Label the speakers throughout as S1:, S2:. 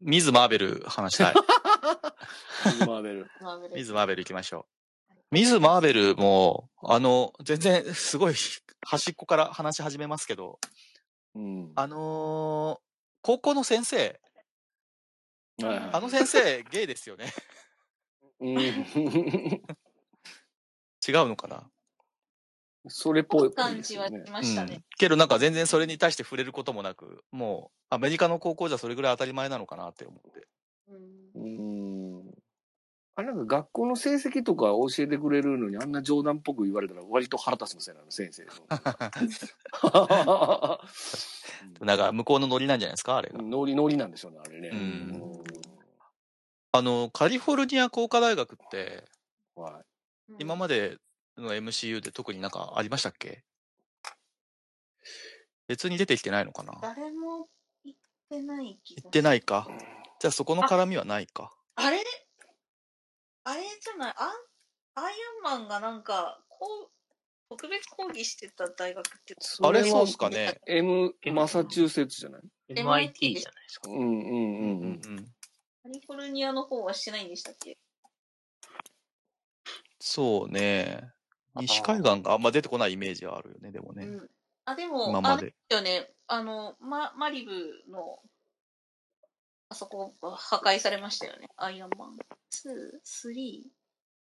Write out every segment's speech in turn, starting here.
S1: ミズ・マーベル話したい。
S2: 水マーベル。
S3: マーベル
S1: ミズ・マーベル行きましょう。ミズ・マーベルも、あの、全然すごい端っこから話し始めますけど、
S2: うん。
S1: あのー高校の先生、
S2: はい
S1: あの先生ゲイですよね。
S2: はい、
S1: 違うのかな
S2: うん。それっぽ
S3: ぽ
S2: い
S3: い。感じはしました
S1: う
S3: ね
S1: ん。けどなんか全然それに対して触れることもなく、もうアメリカの高校じゃそれぐらい当たり前なのかなって思って。
S3: うん
S2: うん。あれなんか学校の成績とか教えてくれるのにあんな冗談っぽく言われたら割と腹立つんですよね、あの先生の。
S1: なんか向こうのノリなんじゃないですかあれが。
S2: ノリノリなんでしょうね、あれね。
S1: うん
S2: う
S1: あの、カリフォルニア工科大学って、
S2: んはい。
S1: 今までの MCU で特になんかありましたっけ別に出てきてないのかな
S3: 誰も行ってない気が
S1: 行ってないか。じゃあそこの絡みはないか。
S3: あれあれじゃないあアイアンマンがなんかこう特別講義してた大学って
S1: あれそうっすかね。
S2: M、マサチューセッツじゃない
S4: MIT じゃないですか
S2: う。んうんうんうん。
S1: うん
S3: カリフォルニアの方はしてないんでしたっけ
S1: そうね。西海岸があんま出てこないイメージはあるよね、でも
S3: う
S1: ね。
S3: ん、あでも
S1: 今
S3: あ
S1: ま
S3: れ
S1: で。
S3: だよねあのママリブのあそこが破壊されましたよねアイアンマン23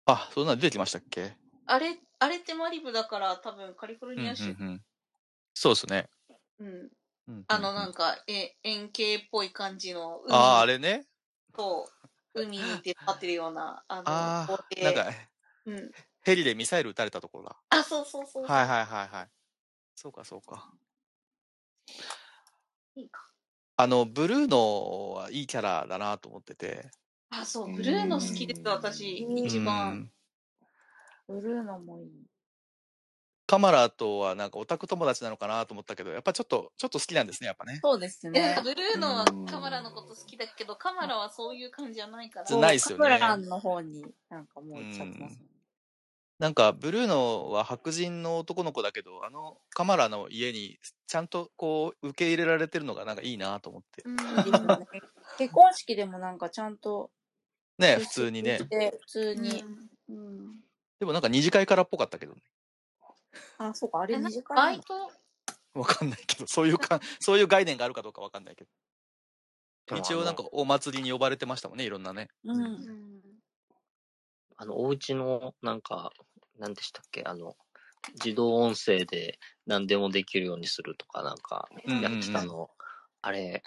S1: あ、そんなの出てきましたっけ
S3: あれあれってマリブだから多分カリフォル
S1: うんう
S3: ニア州、
S1: んうんそうですね。
S3: うん
S1: うんうんうん
S3: あのなんかえ円形っぽい感じの海
S1: ああ、あれね。
S3: と海に出っ張ってるような
S1: あ
S3: あの
S1: あ、なんか、
S3: うん、
S1: ヘリでミサイル撃たれたところだ。
S3: あそうそうそう、
S1: はいはいはいはい。そうかそうか。
S3: いいか
S1: あの、ブルーノはいいキャラだなと思ってて。
S3: あそうブルーの好きです私一
S1: う
S3: 番
S1: ん
S3: ブルーのもいい
S1: カマラとはなんかオタク友達なのかなと思ったけど、やっぱちょっと、ちょっと好きなんですね、やっぱね。
S5: そうです
S3: えなん
S5: ね
S3: か。ブルーノは
S2: うん
S3: カマラのこと好きだけどカマラはそういう感じじゃないから
S1: じゃないっすよね
S5: カメラの方になんかもう行っちゃってますもんね。
S1: なんか、ブルーノは白人の男の子だけど、あのカマラの家にちゃんとこう、受け入れられてるのがなんかいいなと思って。
S3: うん
S5: いいですよね結婚式でもなんかちゃんと
S1: ね、普通に
S5: 出。
S1: ね
S5: 席して普通に、
S3: うん
S1: でもなんか二次会からっぽかったけどね。
S5: あそうかあれ
S3: えなん
S5: 二
S3: か
S5: 時
S3: バ
S5: 間
S3: イト
S1: わかんないけど、そういう か、そういう概念があるかどうかわかんないけど。一応なんかお祭りに呼ばれてましたもんね、いろんなね。
S5: う
S3: うんん
S4: あの、お家の、なんか、何でしたっけ、あの、自動音声で何でもできるようにするとか、なんか、
S1: うんうん
S4: や
S1: うん
S4: ってたの、あれ、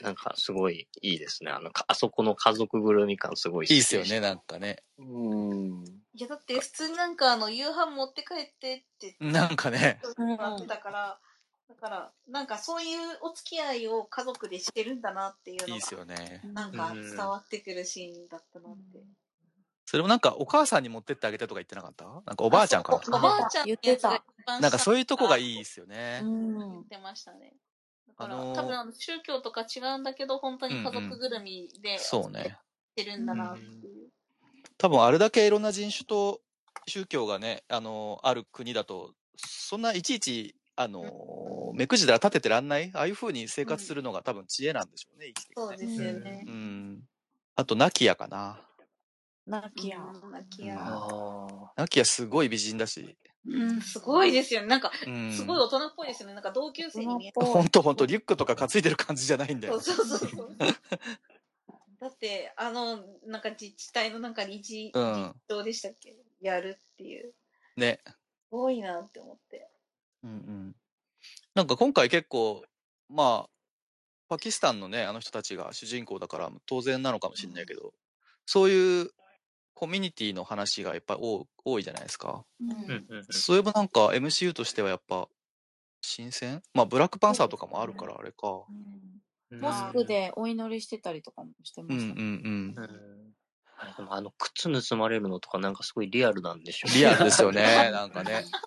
S4: なんかすごいいいですね。あの、かあそこの家族ぐるみ感すごい好
S1: い
S4: き
S1: いっ
S4: です
S1: よね、なんかね。
S2: うん。
S3: いやだって普通になんかあの夕飯持って帰ってって
S1: なんかね。
S3: もらってたから、だからなんかそういうお付き合いを家族でしてるんだなっていうのが
S1: いいっすよね。
S3: なんか伝わってくるシーンだったなって。
S1: それもなんかお母さんに持ってってあげてとか言ってなかったなんかおばあちゃんか
S3: おばあちゃん
S5: 言ってた。
S1: な。なんかそう
S3: いう
S1: いうとこがいいっすよね
S5: う。
S3: 言っ
S5: ん
S3: てましたね。だから、
S1: あのー
S3: 多分あの宗教とか違うんだけど、本当に家族ぐるみで
S1: そうね。
S3: やってるんだなっていう。
S1: 多分あれだけいろんな人種と宗教がね、あの、ある国だと、そんないちいち、あの、目くじら立ててらんないああいう風に生活するのが多分知恵なんでしょうね、生きていく
S3: そう
S1: ね。
S3: ですよね
S1: う。ん。あと、ナキヤかな。
S5: 泣きや
S3: うん泣きや
S4: あ
S1: ナキヤすごい美人だし。
S3: うん、すごいですよね。なんか、
S1: うん。
S3: すごい大人っぽいですよね。なんか同級生に見え
S5: 大人っ
S1: ほんとほんと、リュックとか担いでる感じじゃないんだ
S3: そう
S1: よ。
S3: そうそうそう。だって、あの、なんか自治体のなんか理事、
S1: うん
S3: どうでしたっけやるっていう。
S1: ね。
S3: すごいなって思って。
S1: うんうん。なんか今回結構、まあ、パキスタンのね、あの人たちが主人公だから当然なのかもしれないけど、そういうコミュニティの話がやっぱり多多いじゃないですか。
S4: ーうんうんうん
S1: それもなんか MCU としてはやっぱ新鮮まあ、ブラックパンサーとかもあるからあれか。
S4: うん
S5: モスクでお祈りしてたりとかもしてま
S1: うんうん
S5: したね。
S1: うん
S4: う。んあれでもあの靴盗まれるのとかなんかすごいリアルなんでしょう
S1: リアルですよ ね、なんかね。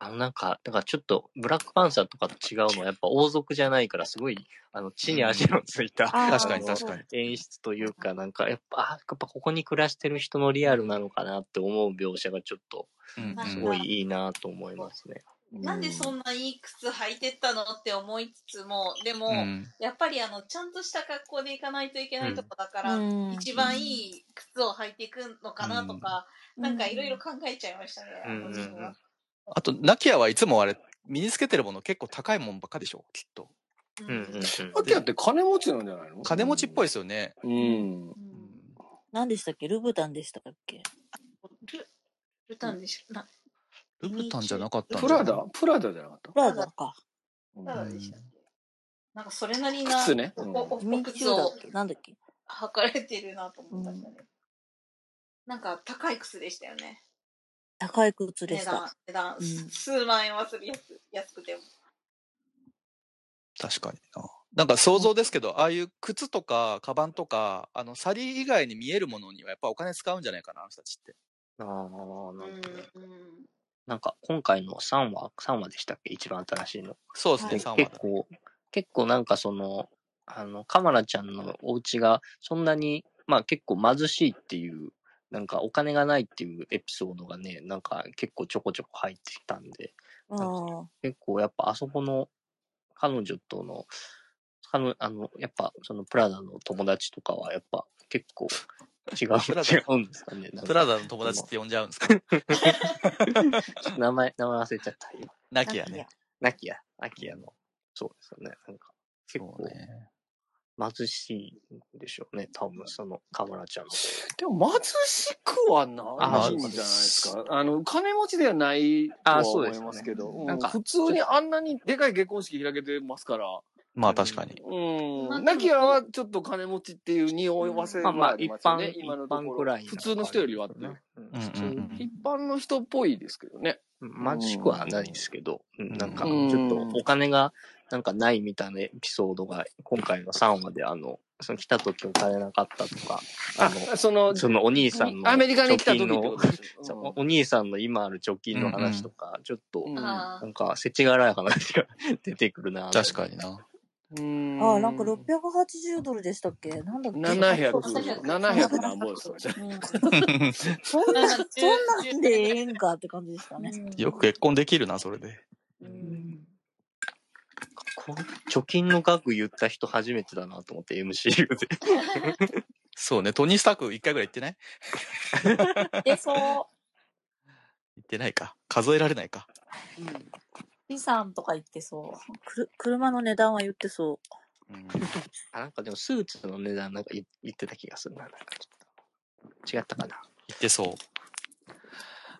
S4: あのなんか、だからちょっとブラックパンサーとかと違うのはやっぱ王族じゃないからすごい、あの、地に足のついた、
S5: あー
S1: 確かに確かに。
S4: 演出というか、なんか、やっぱ、あやっぱここに暮らしてる人のリアルなのかなって思う描写がちょっと、
S1: うんうん
S4: す
S3: す
S4: ごいいいなと思いますね。
S3: なんでそ
S2: な。
S3: んないい靴履いてったのって思いつつも、でも、
S1: うん。
S3: やっぱりあの、ちゃんとした格好で行かないといけないとこだから、
S5: うん
S3: 一番いい靴を履いていくのかなとか、なんかいろいろ考えちゃいましたね、
S4: うん
S3: あの自分は
S1: あと、ナキアはいつもあれ、身につけてるもの結構高いもんばっかでしょ、きっと。
S3: う
S4: うんうんうん
S3: ん。
S2: アキアって金持ちなんじゃないの
S1: 金持ちっぽいですよね。
S2: うん。
S3: う
S1: うんん
S6: 何でしたっけルブダンでしたっけ
S3: ル、ルタンでしょ、な、
S1: ルブタンじゃなかったん
S2: プ
S1: じゃな
S2: ラ
S1: い
S2: ダプラダじゃなかっ
S6: プラダか。
S2: た
S3: な
S1: ダ
S3: んでしたっけなんかそれなりな、
S2: 靴ね。
S3: お
S2: うん
S3: お
S6: ミ
S3: お
S6: ニキ
S3: 靴
S6: ューだ
S3: を
S6: っけなんだっけ
S3: 履かれてるなと思ったんだね。なんか高い靴でしたよね。
S6: 高い靴で
S3: 値
S6: し
S3: 段
S6: た。、
S3: 値段、
S6: うん
S3: す数万円はするやつ、安くても。
S1: 確かにな。なんか想像ですけど、ああいう靴とか、カバンとか、あの、サリー以外に見えるものにはやっぱお金使うんじゃないかな、あの人たちって。
S4: ああ、なるほどね。
S3: うんうん
S4: なんか今回の3話、3話でしたっけ一番新しいの。
S1: そうですね、
S5: はい
S1: 3話
S4: 結構、結構なんかその、あの、カマラちゃんのお家がそんなに、まあ結構貧しいっていう、なんかお金がないっていうエピソードがね、なんか結構ちょこちょこ入ってきたんで、
S6: ああ。
S4: 結構やっぱあそこの彼女との、彼女、あの、やっぱそのプラダの友達とかはやっぱ結 構違う、
S1: プラダ
S4: 違うんですかね。なんか
S1: プラダの友達って呼んじゃうんですか
S4: ちょっと名前、名前忘れちゃった。今
S1: ナキアね。
S4: ナキア、ナキアの、そうですよね。なんか結
S1: そ
S4: 構
S1: うね。
S4: 貧しいんでしょうね。多分そのカマラちゃんの方
S2: でも貧しくはないんじゃないですか。あの、金持ちではないとは
S4: あそ
S2: 思
S4: うです
S2: い
S4: よね
S2: ますけど、うん
S4: なんか
S2: 普通にあんなにでかい結婚式開けてますから、
S1: まあ確かに。
S2: う
S3: まあ
S2: ん。ナキアはちょっと金持ちっていう匂わせは
S4: まあま
S2: あ
S4: あ
S2: り
S4: 一
S2: ますよ
S4: 般、
S2: ね、
S4: 一
S2: 今のところ
S4: 般くらいな
S2: 普通の人よりはっていう
S4: 感
S1: う
S4: じ
S1: んうん
S4: ですよね。うん
S2: 一般の人っぽいですけどね。
S4: うん貧しくはないですけど、う
S1: ん
S4: んなんかちょっとお金がなんかないみたいなエピソードが今回の3話であの、その来た時お金なかったとか、あの、
S2: その、
S4: そのお兄さんの
S2: アメリカに来た時って
S4: 貯金の
S2: ことでし
S4: そう
S2: ょ。
S4: おお兄さんの今ある貯金の話とか、ちょっと
S2: うん
S3: あ
S4: なんか世知辛い話が出てくるなぁ
S1: 確かにな。
S2: うん
S6: ああ、なんか680ドルでしたっけなんだっけ
S2: 700、
S3: 700
S2: 700なんぼですわ じゃあ
S6: うん
S3: あ。
S6: そんな、
S3: なんか
S6: そんなんでええんかって感じでしたね。
S1: よく結婚できるな、それで。
S6: うん
S4: こう貯金の額言った人初めてだなと思って MCU で。
S1: そうね、トニー・スターク1回ぐらい行ってない
S5: で、そう。
S1: 行ってないか。数えられないか。
S5: 資産とか言ってそう。
S6: くる車の値段は言ってそ
S1: うん
S4: あ、なんかでもスーツの値段なんか言言ってた気がするな。なんかちょっと違ったかな。
S1: 言ってそう。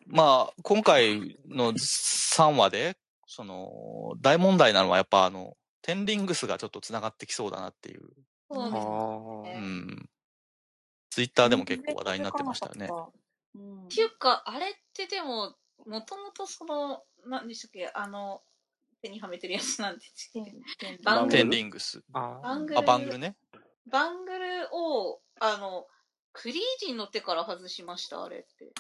S1: まあ、今回の3話で、その、大問題なのはやっぱあの、テンリングスがちょっと繋がってきそうだなっていう。
S3: そうですね。
S4: あ
S1: う
S4: あ。
S1: ん。ツイッターでも結構話題になってましたよね。
S6: うん。
S3: っていうか、あれってでも、もともとその、何でしたっけ、あの、手にはめてるやつなんでしたっけバング
S1: テ
S3: ル
S1: ンリングス。
S4: あ
S3: バング
S1: あ、
S3: ル、
S1: バングルね。
S3: バングルを、あの、クリージーの手から外しました、あれって。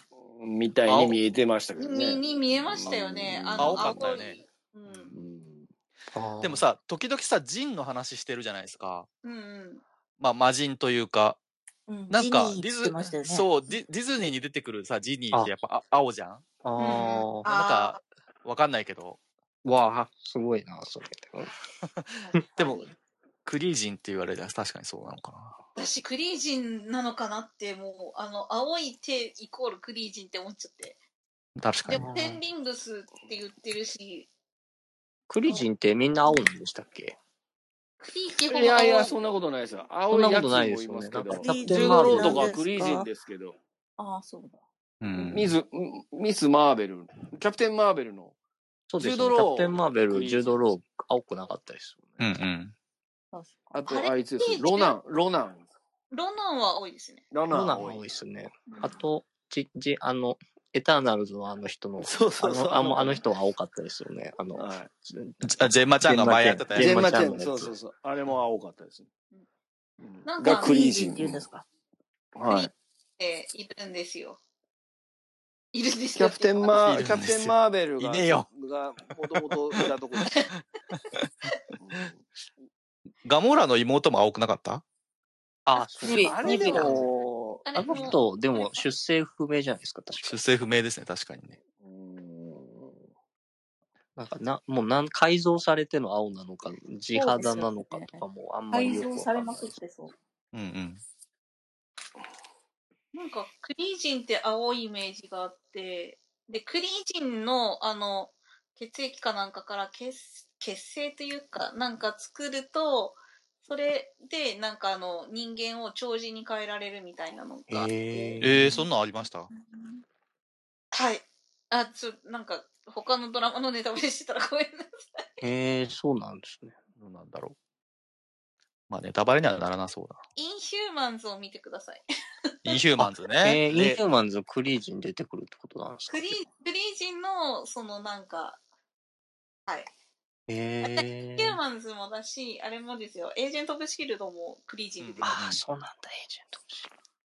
S2: みたいに見えてましたけど
S3: に、
S2: ね。
S3: に見えましたよね。
S2: うん
S3: あの、
S1: 青かったよね
S3: 青い。
S4: あ。
S1: でも、さ、時々さ、ジンの話してるじゃないですか。
S3: うん。うんうん。
S1: まあ、魔人というか。
S6: うん
S1: なんか、
S6: ジニー
S1: ディ
S6: って言ってましたよ
S1: ズ、
S6: ね。
S1: そう、ディディズニーに出てくるさ、ジニーってやっぱあ青じゃん
S4: あ
S3: うん
S4: あ。
S1: なん
S3: あ
S1: か、わかんないけど。
S4: わあ、すごいな、それ。
S3: ー
S1: でも、クリージンって言われたら確かにそうなのかな。
S3: 私、クリージンなのかなって、もう、あの、青い手イコールクリージンって思っちゃって。
S1: 確か
S3: で
S1: に。
S3: も、テンリングスって言ってるし、
S4: クリジンってみんな青なんでしたっけ
S3: クリージン
S2: いやいや、そんなことないですよ。青いやつ
S4: そんなことないで
S2: も
S4: す
S2: い
S4: よね
S2: ますけど
S4: なんか。
S6: キャプ
S2: ジ
S6: テ
S2: ュ
S6: ン
S2: ー
S6: マ
S2: ド・
S6: ーベ
S2: ロ
S6: ル
S2: ードがクリージンですけど、
S6: ああ、そうだ。
S1: うん
S2: ミズ、ミス・マーベル、キャプテン・マーベルの、
S4: そうです
S2: ジュー
S4: ね。
S2: ド
S4: キ
S2: ロー
S4: ャプテンマーベ
S2: ク
S4: ル、
S2: リジン
S4: ジュードロー、青くなかったですよ
S1: うんう
S4: ね。
S1: ん。
S6: 確か
S2: あ
S3: あれ
S2: と、あいつです。ロナン、ロナン。
S3: ロナンは多いですね。
S2: ロナ
S4: ロ
S2: ン
S4: ナン
S2: 多
S4: が
S2: い
S4: 多いですね。あと、じ、じ、あの、エターナルズのあの人の、
S2: そう
S4: あ
S2: そうそう。
S4: の、あのあの人は青かったですよね。あの、
S2: は
S1: じあジェンマちゃんが前やってた
S2: い。ジ
S1: や
S2: ェ
S4: 現
S2: ン
S4: 場
S2: マち
S4: ちゃ
S2: ゃ
S4: んの
S2: ん、
S4: やつ
S2: そうそうそう。あれも青かったですね。
S3: なんか
S2: がクリージ
S6: って言うんで
S2: ン。
S6: すか。
S2: は
S3: ク
S2: い。
S3: えーいるんですよ。いるんです
S2: キ
S3: よ
S2: ャ
S3: っ
S2: プ
S3: てい
S2: テン
S3: うか。
S2: マ
S1: いるん
S2: ー、
S1: です
S2: キ
S1: よ
S2: ャプテンマーベルが、
S1: いねえよ
S2: が、もともといたとこ です。
S1: ガモーラの妹も青くなかった
S4: あ、そう
S6: ニビ
S2: あれでも、
S3: あ
S4: あ
S3: れ
S4: の
S3: も
S4: 人、でも出生不明じゃないですか、確か
S1: 出。生不明ですね、確かにね。
S2: うん
S4: なんかな、もうなん改造されての青なのか、地肌なのかとかもあんまり
S6: 改
S4: よくわか
S6: 造され
S4: んな
S6: ま
S4: い
S6: く
S4: で
S6: っ
S4: す。
S6: てそう。
S1: うんうん。
S3: なんか、クリージンって青いイメージがあって、で、クリージンの、あの、血液かなんかから血、血清というか、なんか作ると、それで、なんかあの、人間を長寿に変えられるみたいなのがあって、
S4: へー
S1: えー、そんなんありました
S3: はい。あ、ちょ、なんか、他のドラマのネタバレしてたらごめんなさい。
S4: へえ、そうなんですね。
S1: どうなんだろう。まあ、ネタバレにはならなそうだ。
S3: インヒューマンズを見てください。
S1: インヒューマンズ
S4: え
S1: ね。
S4: ー、インヒ
S1: で
S4: ューマンズクリージに出てくるってことなんですか
S3: クリー、クリージンの、そのなんか、はい。
S4: へ
S3: ヒュー
S4: え。
S3: マンズもだし、あれもですよ、エージェント・オブ・シールドもクリージンで出て
S1: うん
S3: きて、
S4: ああ、そうなんだ、エージェント。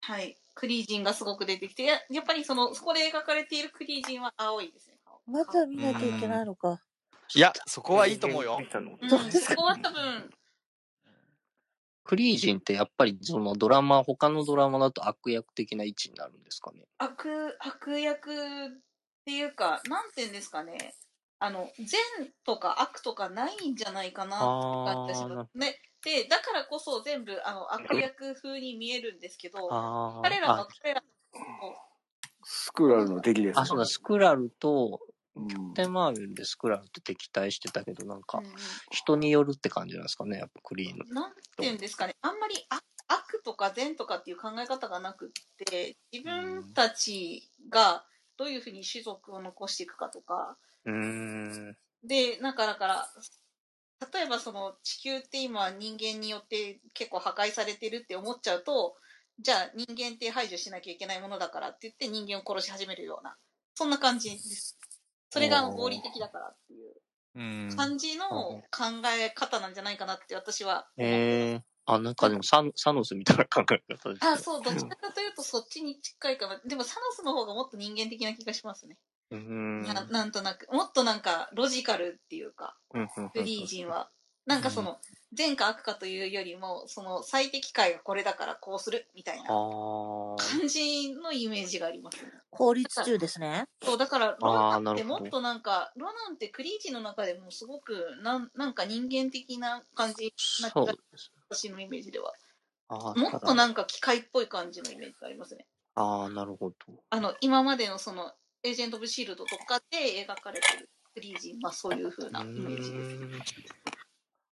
S3: はい。クリージンがすごく出てきて、ややっぱりその、そこで描かれているクリージンは青いですね。顔
S6: まだ見なきゃいけないのか。
S1: いや、そこはいいと思う
S2: 人間
S1: よ
S2: 見。たの
S3: う
S6: そうで
S3: ん、
S6: す
S3: そ
S6: か
S3: こは多分、
S4: クリージンってやっぱりそのドラマ、他のドラマだと悪役的な位置になるんですかね。
S3: 悪、悪役っていうか、なんて言うんですかね。あの、善とか悪とかないんじゃないかなって感じがし
S4: ああ、
S3: ま
S4: な
S3: すね。で、だからこそ全部、あの、悪役風に見えるんですけど、
S4: あ
S3: 彼
S4: ー
S3: ら
S4: あ
S3: は、彼ら
S2: スクラルの敵ですね。
S4: あ、そうだ、スクラルと、
S2: う
S4: キャプ
S2: ん
S4: テンマーベルでスクラルと敵対してたけど、なん
S3: う
S4: か、
S3: んうん
S4: 人によるって感じなんですかね、やっぱクリーンの。
S3: なんて言うんですかね、あんまり悪悪とか善とかっていう考え方がなくって、自分たちがどういうふうに種族を残していくかとか、
S4: うーん。
S3: で、なんかだから、例えばその地球って今人間によって結構破壊されてるって思っちゃうと、じゃあ人間って排除しなきゃいけないものだからって言って人間を殺し始めるような、そんな感じです。それが合理的だからっていう
S1: うん。
S3: 感じの
S4: うん
S3: 考え方なんじゃないかなって私は思ってます。
S4: ええー。あ、なんかでもサノサノスみたいな考え方です
S3: あ、
S4: ね。
S3: そう、どちらかというとそっちに近いかな。でもサノスの方がもっと人間的な気がしますね。
S4: うー。
S3: なんなんとなく。もっとなんかロジカルっていうか、
S4: うんうんう
S3: フ
S4: ん
S3: リージンは。なんかその、善か悪かというよりも、その最適解がこれだからこうするみたいな
S4: うんあ
S3: 感じのイメージがありますね。
S6: 効率中ですね。
S3: そう、だから、ロ
S4: あ。あ
S3: ナ
S4: あ、
S3: ン
S4: な
S3: っ
S4: る
S3: て
S4: ほ
S3: もっ
S4: ど。
S3: となんか、ロナンってクリージンの中でもすごく、なん、なんか人間的な感じな気
S4: そう
S3: が、
S4: です。
S3: 私のイメージでは。
S4: ああ、
S3: も
S4: た
S3: っと
S4: だ、
S3: なんか機械っぽい感じのイメージがありますね。
S4: ああ、なるほど。
S3: あの、今までのその、エージェント・オブ・シールドとかで描かれてるクリージンはそういう風
S4: う
S3: なイメージです。
S4: ーん。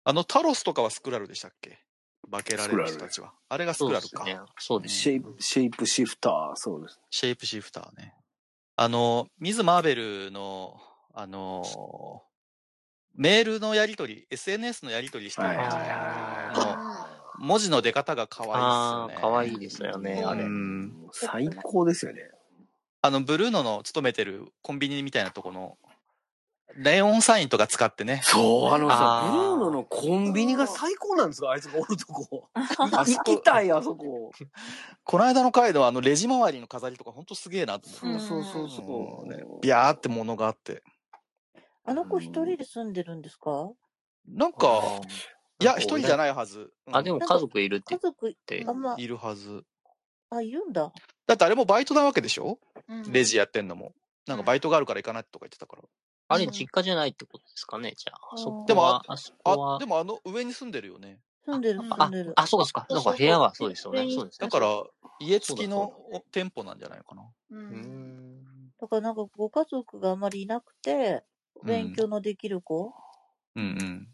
S1: あの、タロスとかはスクラルでしたっけ化けられる人たちは。あれがス
S4: そ
S1: ク
S4: うで
S1: ラル
S4: す
S1: か。
S4: ね。そうです
S2: シェイ
S4: ね。
S2: プ、シェイプシフター、そうです。
S1: シェイプシフターね。あの、ミズ・マーベルの、あの、メールのやりとり、SNS のやりとりして
S2: はい
S1: る、
S2: はいはい
S4: あ
S1: あ
S4: あ。
S1: の、文字の出方が可愛いっすよ
S4: ああ、可
S1: ね。
S4: 愛いですよ
S2: は
S4: ね、
S2: い。
S4: あ
S2: う
S4: れ。
S2: ん、最高ですよね。
S1: あの、ブルーノの勤めてるコンビニみたいなとこの、レオンサインとか使ってね。
S2: そう、あのさ、ブルーノ
S4: あ
S2: のコンビニが最高なんですよ、あいつがおるとこ。
S1: あそ
S2: 行き
S1: こ、
S2: たい、あそこ。
S1: この間の回のあの、レジ周りの飾りとかほんとすげえなと思
S2: そうそうそう
S1: う。もうね、
S2: そ
S1: ビャーってものがあって。
S6: あの
S2: う。う
S6: 子一人
S2: ん
S6: で住んでるんですか
S1: なん
S4: あ。あ
S1: か、い
S4: あ。なん
S1: や、
S4: か
S1: 一
S4: 同
S1: 人
S4: じ。
S1: じゃないはず。う
S4: あ、で
S1: ん。
S4: も
S6: なん
S4: 家
S6: か
S4: 族いるって
S6: 家族
S4: 言っ
S3: う
S4: て。
S6: あんま、
S1: いるはず。
S6: あ、言うんだ。
S1: だってあれもバイトなわけでしょ
S3: うんうん
S1: レジやってんのも。なんかバイトがあるから行かないとか言ってたから。
S4: あ
S3: う
S4: れ、
S3: ん
S4: 実家じゃないってことですかね、じゃあ。あそ
S1: で
S4: こ
S1: もあ、
S4: は、あそこ
S1: あ、
S4: は、
S1: でもあの上に住んでるよね。
S6: 住ん
S4: あ、
S6: でる
S4: なんか、
S6: 住ん
S4: あ、
S6: でる。
S4: あ、そうか、そうか。
S3: そう
S4: なん
S3: そ
S4: か
S3: う
S4: 部
S3: そう
S4: 屋はそうですよ
S3: 上
S4: ね。
S3: に
S4: そうです
S1: だ
S4: ね。
S1: か
S3: そう
S1: ら、家
S4: そう
S1: 付
S4: だ、
S1: き
S4: そう
S1: の
S4: だ。
S1: お店舗なんじゃないかな。
S3: う
S4: うー
S3: ん
S4: ん。
S6: だからなんかご家族があまりいなくて、
S1: う
S6: 勉
S1: ん。
S6: 強のできる子
S1: うんうん。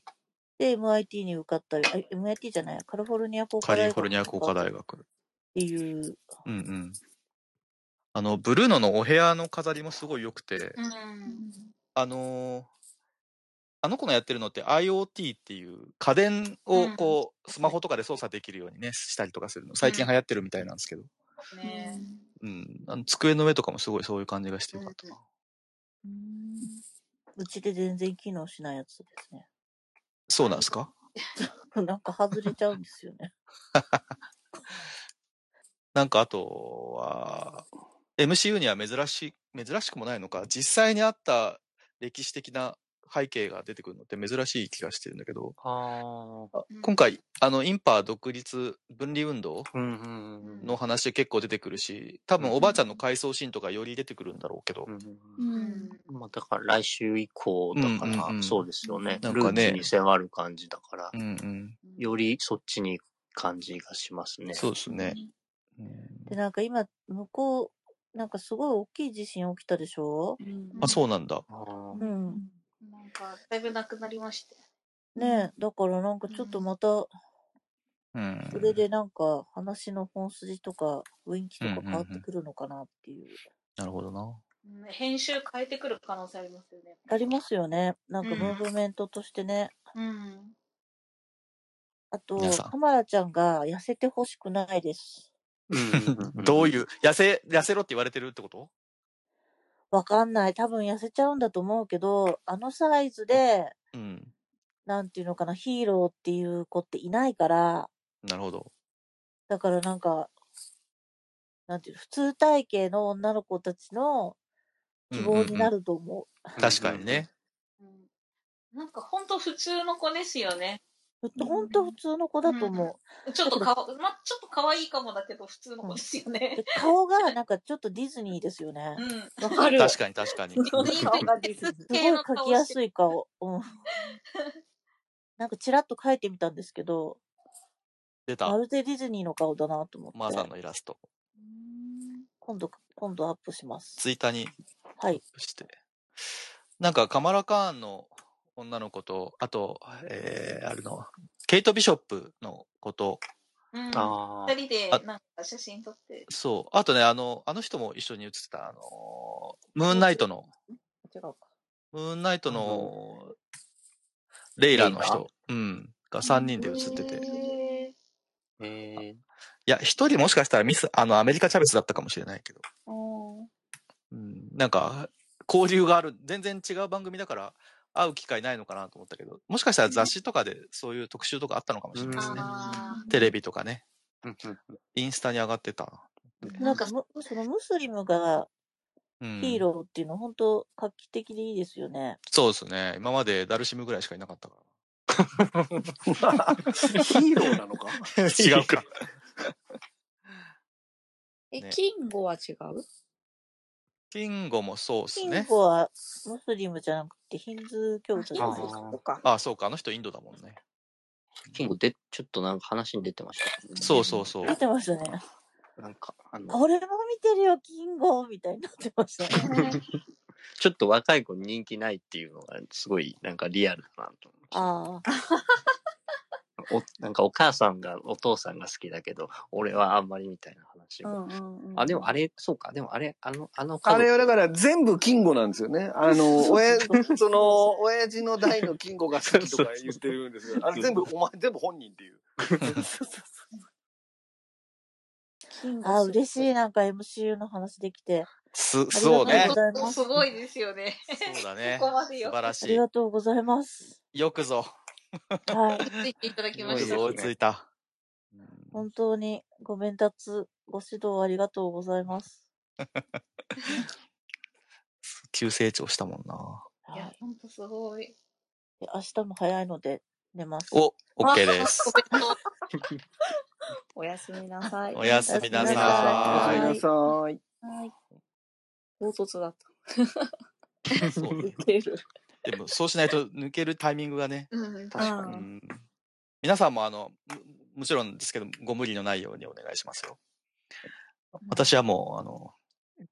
S6: で MIT に受かったり、あ MIT じゃない、カリフォルニア工
S1: カ
S6: 科
S1: リ
S6: 大
S1: フォル
S6: 学
S1: ニア
S6: に
S1: 工
S6: 受か
S1: 科
S6: ったっ
S1: 大学。
S6: ていう。
S1: うんうん。あの、ブルーノのお部屋の飾りもすごい良くて、
S3: うん
S1: あのーあの子のやってるのって IoT っていう家電
S3: うんう
S1: を
S3: ん
S1: こう、スマホとかで操作できるようにね、したりとかするの。最近流行ってるみたいなんですけど。
S3: ね
S1: うん。あの机の上とかもすごいそういう感じがしてよかったな。
S6: うちで全然機能しないやつですね。
S1: そうなんですか
S6: なんか外れちゃうんですよね。
S1: なんかあとは、MCU には珍しい、珍しくもないのか、実際にあった歴史的な背景が出てくるのって珍しい気がしてるんだけど、
S4: ああ。
S3: うん
S1: 今回、あの、インパ独立分離運動
S4: うんうんうん
S1: の話結構出てくるし、多分おばあちゃんの回想シーンとかより出てくるんだろうけど
S4: う、ん。
S3: う
S6: うんん。
S4: まあだから来週以降だか
S1: うんうんうん
S4: ら、そうですよね。
S1: なん
S4: ル
S1: か
S4: ー
S1: ね
S4: ツに迫る感じだから
S1: う、んうん。
S4: よりそっちに行く感じがしますね。
S1: そうですね。
S6: で、なんか今、向こう、なんかすごい大きい地震起きたでしょ
S3: うん
S1: あ、そうなんだ。
S4: あー
S6: う。
S3: うんなんかだいぶなくなりまして
S6: ねえ、だからなんかちょっとまた、
S1: うん。
S6: それでなんか話の本筋とか雰囲気とか変わってくるのかなっていう。
S1: なるほどな。
S3: うん編集変えてくる可能性ありますよね
S6: ありますよね。なんか
S3: うん
S6: ムーブメントとしてね。
S3: うん
S6: あと
S1: 皆さん、
S6: カマラちゃんが痩せてほしくないです。
S1: どう
S4: う
S1: いう、痩せ、痩せろって言われてるってこと
S6: わかんない。多分痩せちゃうんだと思うけど、あのサイズで、
S1: うん。
S6: なんていうのかな、ヒーローっていう子っていないから、
S1: なるほど。
S6: だからなんか、なんていう、普通体型の女の子たちの希望にな
S1: る。
S6: ると思う。
S1: 確かにね。。
S3: うんなんか本当普通の子ですよね
S6: ほんとほんと普通の子だと思う。
S3: ちょっとかわ、まあ、ちょっと可愛いかもだけど普通の子ですよね
S6: で 顔がなんかちょっとディズニーですよね
S3: う。ん
S6: わかる。
S1: 確
S6: す
S1: かに確 かに。
S3: そういう
S5: 顔が出てる
S6: ごい描きやすい顔。 うん。なんかちらっと描いてみたんですけど、
S1: 出
S6: ま
S1: た。
S6: るでディズニーの顔だなと思
S1: マーさん
S6: って。
S1: のイラスト。
S6: 今度、今度アップします。
S1: ツイッターにア
S6: は
S1: ッ
S6: い。
S1: プして。なんか、カマラカーンの女の子と、あと、えー、あれの、ケイト・ビショップのこと、
S3: うん
S4: ああ
S3: 二。人でなんか写真撮って
S1: そう。あとね、あの、あの人も一緒に写ってた、あのー、ムーンナイトの、
S5: 違うか。
S1: ムーンナイト
S4: あ
S1: の、レイラの
S4: レ
S1: 人、うん、が3人で写ってて。い
S3: へ
S4: え
S1: や、1人もしかしたらミス、あの、アメリカ・チャベスだったかもしれないけど。
S3: ーおー
S1: うん、なんか、交流がある、全然違う番組だから、会う機会ないのかなと思ったけど、もしかしたら雑誌とかでそういう特集とかあったのかもしれないですね。
S3: あー
S1: テレビとかね。
S4: ー。
S1: インスタに上がってた。
S6: なんかむ、そのムスリムが
S1: うん、
S6: ヒーローっていうの本当画期的でいいですよね。
S1: そうですね。今までダルシムぐらいしかいなかったか
S2: ヒーローなのか
S1: ら。違うか。
S5: え、
S1: ね
S5: キングは違う
S1: キンゴもそうです
S6: キン
S1: ね。
S6: ゴはムスリムじゃなくてヒンズー教
S5: あ、
S6: 徒
S5: キ
S6: で
S5: ン
S6: す
S5: グ
S6: よ
S5: の人
S6: ね
S5: か。
S1: あそうか。あの人インドだもんね。
S4: キングで、ちょっとなんか話に出てましたよね。
S1: そうそうそう。
S6: 出てましたね。
S4: なんか、あの、
S6: 俺も見てるよ、キンゴみたいになってましたね。
S4: ちょっと若い子に人気ないっていうのが、すごい、なんかリアルだなと思っ
S6: あ
S4: て。おなんかお母さんが、お父さんが好きだけど、俺はあんまりみたいな話
S5: う
S4: も。
S5: んうんうん。
S4: あ、でもあれ、そうか、でもあれ、あの、あの家
S2: あ
S4: 族
S2: れはだから全部金吾なんですよね。あの、親、その、親父の代の金吾が好きとか言ってるんですよ。あれ全部、お前、全部本人っていう。
S5: キン
S6: あ、ああ、
S5: グ
S6: 嬉しい。なんか MCU の話できて。
S1: す、
S6: がとう
S1: そうね
S6: ご。ざいます
S3: すごいですよね。
S1: そうだね
S3: ここ。まで
S1: 素
S3: よ。
S1: 晴ら
S6: あ
S1: し
S6: り
S1: い。
S6: がとうござ います。
S1: よくぞ。
S6: はい。
S3: ついていただき
S1: よ
S3: ま
S1: く
S3: した
S1: ぞ。追いついた。
S6: 本当にご鞭達、ご指導ありがとうございます。
S1: 急成長したもんな。
S6: はい
S3: や
S6: い。、
S3: ほんとすごい。
S6: で明日も早いので寝ます。
S1: お、OK です。
S3: お弁当
S5: おやすみなさい。
S1: おやすみな
S6: おやすみな
S1: さ
S6: さ
S2: ご
S1: ー
S2: め
S1: い
S2: んなさい。
S5: はい。唐突だ っ。
S1: そう
S5: た。
S1: だ
S5: 出
S1: ね
S5: てる。
S1: でも、そうしないと抜けるタイミングがね。
S3: うん。
S4: 確か
S1: う
S5: うん
S1: ん皆さんも、あの、むもちろんですけど、ご無理のないようにお願いしますよ。私はもう、あの、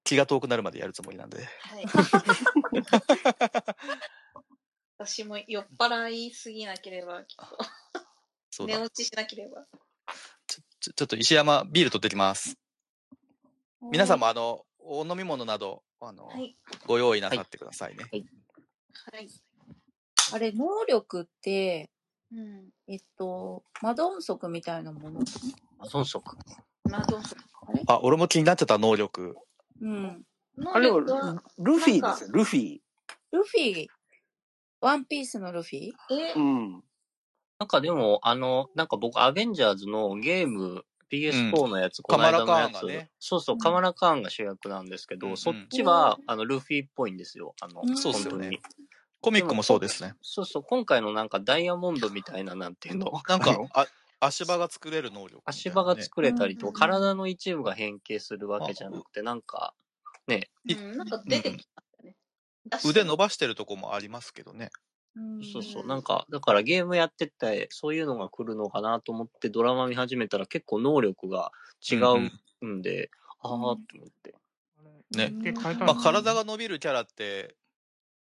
S1: 気が遠くなるまでやるつもりなんで。
S3: はい。私も酔っ払いすぎなければ、
S1: そう
S3: 寝
S1: だ。
S3: 落ちしなければ。
S1: ちょちょっと石山ビール取ってきます。皆さんもあの、お飲み物など、あの、
S3: はい。
S1: ご用意なさってくださいね。
S3: はい。
S5: あれ、能力って、
S3: うん。
S5: えっと、マドンソクみたいなもの。
S4: に。孫足。
S3: まあ、どうぞ。
S5: あれ
S1: あ、俺も気になってた能力。
S5: うん。
S2: あ
S3: 能
S2: れは
S3: 力は、、
S2: ルフィですよ、ルフィ。
S5: ルフィ、ワンピースのルフィ
S3: え
S2: う、ん。
S4: なんかでも、あの、なんか僕、アベンジャーズのゲーム、PS4 のやつ、この間のや
S1: カマラカ
S4: つ、
S1: ーンがね
S4: そうそうう、
S5: ん
S4: カマラカーンが主役なんですけど、
S1: うんうん
S4: そっちは、あの、ルフィっぽいんですよ。あの、
S5: うん
S1: そうっ
S4: 本
S1: すよ
S4: 当に。
S1: ね。コミックもそうですね。
S4: そうそう、今回のなんかダイヤモンドみたいななんていうの。
S1: なん
S4: あ
S1: か
S4: の、
S1: あ足場が作れる能力みたいなね、
S4: 足場が作れたりと
S3: うん
S4: か、体の一部が変形するわけじゃなくて、なんか、
S1: い
S3: うん、なんか出てきたんだよね。出して
S1: 腕
S3: る
S1: 伸ばしてるとこもありますけどね。
S4: そうそうう、
S3: ん
S4: なんか、だからゲームやってて、そういうのが来るのかなと思って、ドラマ見始めたら結構能力が違うんで、
S3: ん
S4: あーって思って。
S1: ね
S7: で変えた
S1: まあ、
S7: ん
S1: 体が伸びるキャラって、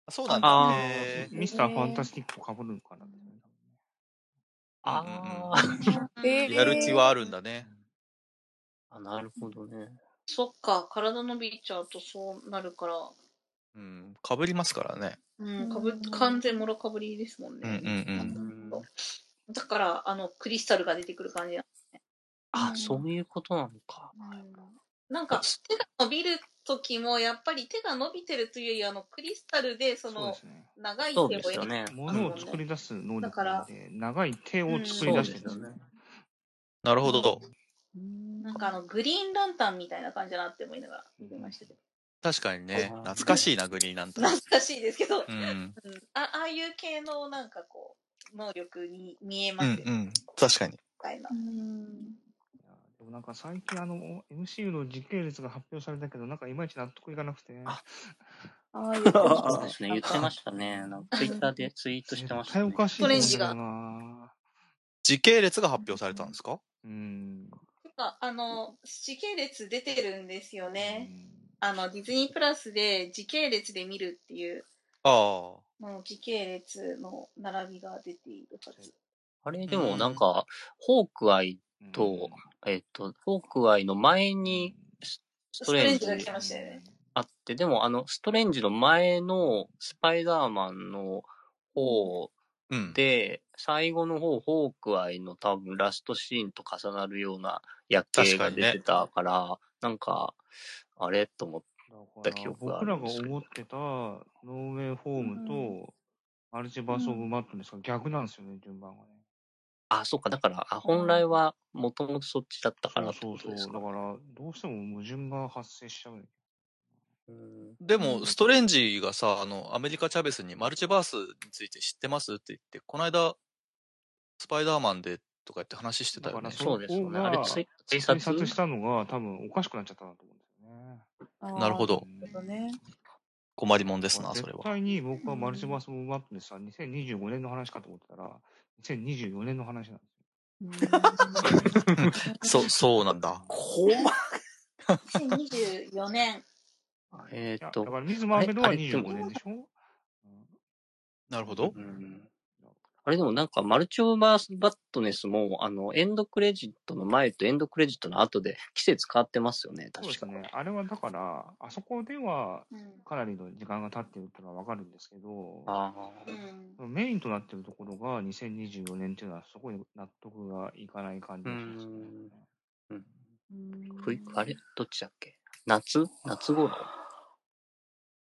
S1: あそうなんだ。
S7: あ
S1: へ
S7: ーミスターファンタスティックをかぶるんかな。
S1: うんうんうん
S4: あー、
S1: え。やる気はあるんだね。
S4: あなるほどね。
S3: そっか、体伸びちゃうとそうなるから、
S1: うん。かぶりますからね。
S3: うん、かぶ完全もろかぶりですもん
S1: うん
S3: ね。
S1: うんう。
S4: うんん
S3: だから、あの、クリスタルが出てくる感じな
S4: あ、そういうことなのか。
S3: なんか、手が伸びる時も、やっぱり手が伸びてるというより、あの、クリスタルで、そ
S7: そうで
S3: の
S7: す、ね。
S3: 長い手
S4: そ
S3: を
S4: うですよ
S3: 描いて
S4: ね。
S7: 物を作り出す能力なんで、長い手を作り
S4: そう
S7: 出
S4: で
S7: してる
S4: す
S7: んで
S4: よね
S7: すよね。。
S1: なるほど。
S3: なんかあの、グリーンランタンみたいな感じだなって思いながら見ましたけど。
S1: 確かにね。
S4: うん
S1: 懐かしいな、グリーンランタン。
S3: 懐かしいですけど、
S1: うん。うん
S3: うんあああいう系のなんかこう、能力に見えま
S1: う
S3: すよね、
S1: ん。確かに。
S3: みたいな。
S7: いやでもなんか最近あの MCU の時系列が発表されたけど、なんかいまいち納得いかなくて、
S4: あ
S5: ああ、言ってました
S4: そうで
S5: ね。
S4: すね。言ってましたね。なんかツイッターでツイートしてま
S7: 絶
S4: した
S7: 対お
S4: ね。
S7: かしいと思うんだけどな
S1: 時系列が発表されたんですか
S7: うん。
S3: てか、あの、時系列出てるんですよね。あの、ディズニープラスで時系列で見るっていう、
S1: ああ。
S3: もう時系列の並びが出ているはず。
S4: あれ、でもなんか、ホークアイ
S7: うん、
S4: と、えっと、ホークアイの前にスストレン
S3: ス
S4: ジ
S3: トレンジが来てましたよね。
S4: あって、でもあの、ストレンジの前のスパイダーマンの方
S1: うん。
S4: で、最後の方、ホークアイの多分ラストシーンと重なるような夜景が出てたから、なんか、あれと思っ
S7: だ
S4: た
S7: か
S4: 記
S7: ら
S4: 憶があ
S7: 僕
S4: る
S7: ら
S4: ん
S7: が
S4: ですけ
S7: 思
S4: ど。
S7: ってたノーウェイホームとマルチバース・オブ・マットネスが逆なんですよね、順番がね。
S4: あ、そうか、だから、あ本来はもともとそっちだったか
S7: そ
S4: ら
S7: う
S4: って
S7: そう
S4: こと
S7: そう
S4: です。か
S7: だ。から、どうしても矛盾が発生しちゃうね。
S4: うん
S1: でも、ストレンジがさ、あの、アメリカ・チャベスにマルチバースについて知ってますって言って、この間、スパイダーマンでとか言って話してた
S7: だ
S1: よ
S7: から、
S1: ね。
S7: そ
S4: そ
S7: の
S4: うですよ
S7: 方
S4: ね。あれ
S7: が
S4: ツイ、追
S7: 推
S4: 殺
S7: 察したのが多分おかしくなっちゃったなと思うんですよね。
S1: なるほど。
S5: なるほどね。
S1: 困りもんで
S7: だ
S1: す
S7: から
S1: な、そ
S7: 絶
S1: れは。
S7: 対に僕はマルチバース・オブ・マットネスは2025年の話かと思ってたら、2024年の話なんですよ。
S1: そう、そうなんだ。
S2: こま
S3: 2024年。
S4: え
S7: い
S4: ーっ
S7: や、
S4: と
S7: だ、からミズ・マーベル
S4: あ
S7: は
S4: れあれでも
S7: 25年でしょ、うん
S1: なるほど
S4: う。んあれでもなんか、マルチオーバースバットネスも、あの、エンドクレジットの前とエンドクレジットの後で季節変わってますよね、
S7: そうで
S4: 確
S7: す
S4: か。
S7: ね。あれはだから、あそこでは
S3: うん。
S7: かなりの時間が経ってるってのはわかるんですけど、
S4: あ
S3: う
S4: あ、
S3: ん。
S7: メインとなってるところが2024年っていうのはすごい納得がいかない感じがしますね。
S4: うんうん。冬、あれどっちだっけ夏夏頃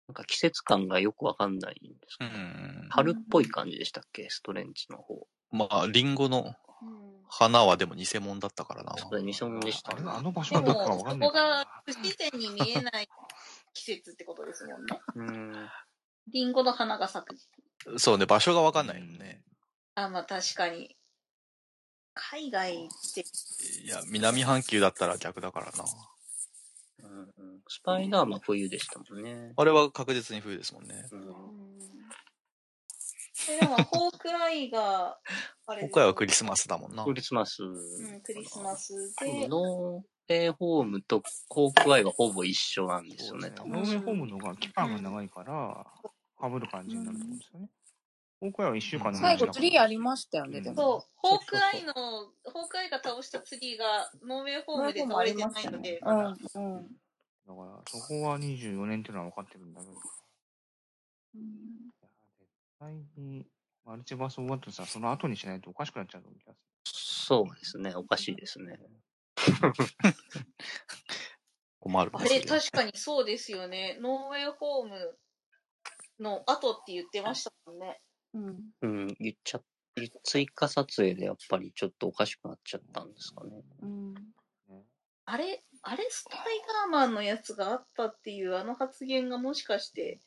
S4: なんか季節感がよくわかんないんです
S1: う
S4: けど、
S1: ん。
S4: 春っぽい感じでしたっけストレンジの方。
S1: まあ、リンゴの
S3: うん
S1: 花はでも偽物だったからな。
S4: それ偽物でした
S7: あ
S4: ね。
S7: れはあの場所
S3: で
S7: がどこか
S3: も、
S7: わか
S3: そ
S7: んない
S3: こ
S7: か
S3: が
S7: ら
S3: 不自然に見えない季節ってことですもんね。
S4: うん。
S3: リンゴの花が咲く。
S1: そうね、場所がわ
S7: な。
S1: かんないもんね。
S3: あ、まあ確かに。海外って、
S1: いや、南半球だったら逆だからな。
S4: うんうんスパイダーマン冬でしたもんね。
S1: あれは確実に冬ですもんね。
S4: うん
S3: うん。えでも、ホークアイが、あれです
S1: 今回はクリスマスだもんな
S4: ク。リスマス。
S3: うん、クリスマス
S4: 多
S3: で
S4: 分、、ノーウェイホームとホークアイはほぼ一緒なんです
S7: そ
S4: よ
S7: うで
S4: ね、
S7: すね
S4: 多。分。
S7: ノーウェイホームの方が期間が長いから、かぶる感じになると思うんですよね。今回は1週間の
S5: 最
S7: 話
S5: 後
S7: だか
S5: ツ
S7: ら。
S5: リーありましたよね、
S7: うん
S5: でも。
S3: そう、ホークアイの、ホークアイが倒したツリーが、ノーウェイホームで倒れてないので、
S5: う
S3: まだ。
S5: んうん。
S7: だから、そこは24年っていうのは分かってるんだけど、いや絶対にマルチバース・オブ・ワットさん、その後にしないとおかしくなっちゃうと思う気がす
S4: そうですね、おかしいですね。
S1: 困る
S3: あ
S1: ね、そ
S3: れ、
S1: れは。
S3: 確かにそうですよね。ノーウェイホームの後って言ってましたもんね。
S5: うん。
S4: うん、言っちゃ、追加撮影でやっぱりちょっとおかしくなっちゃったんですかね。
S5: うん。
S7: るね。
S3: あれ、あれ、スパイダーマンのやつがあったっていうあの発言がもしかして、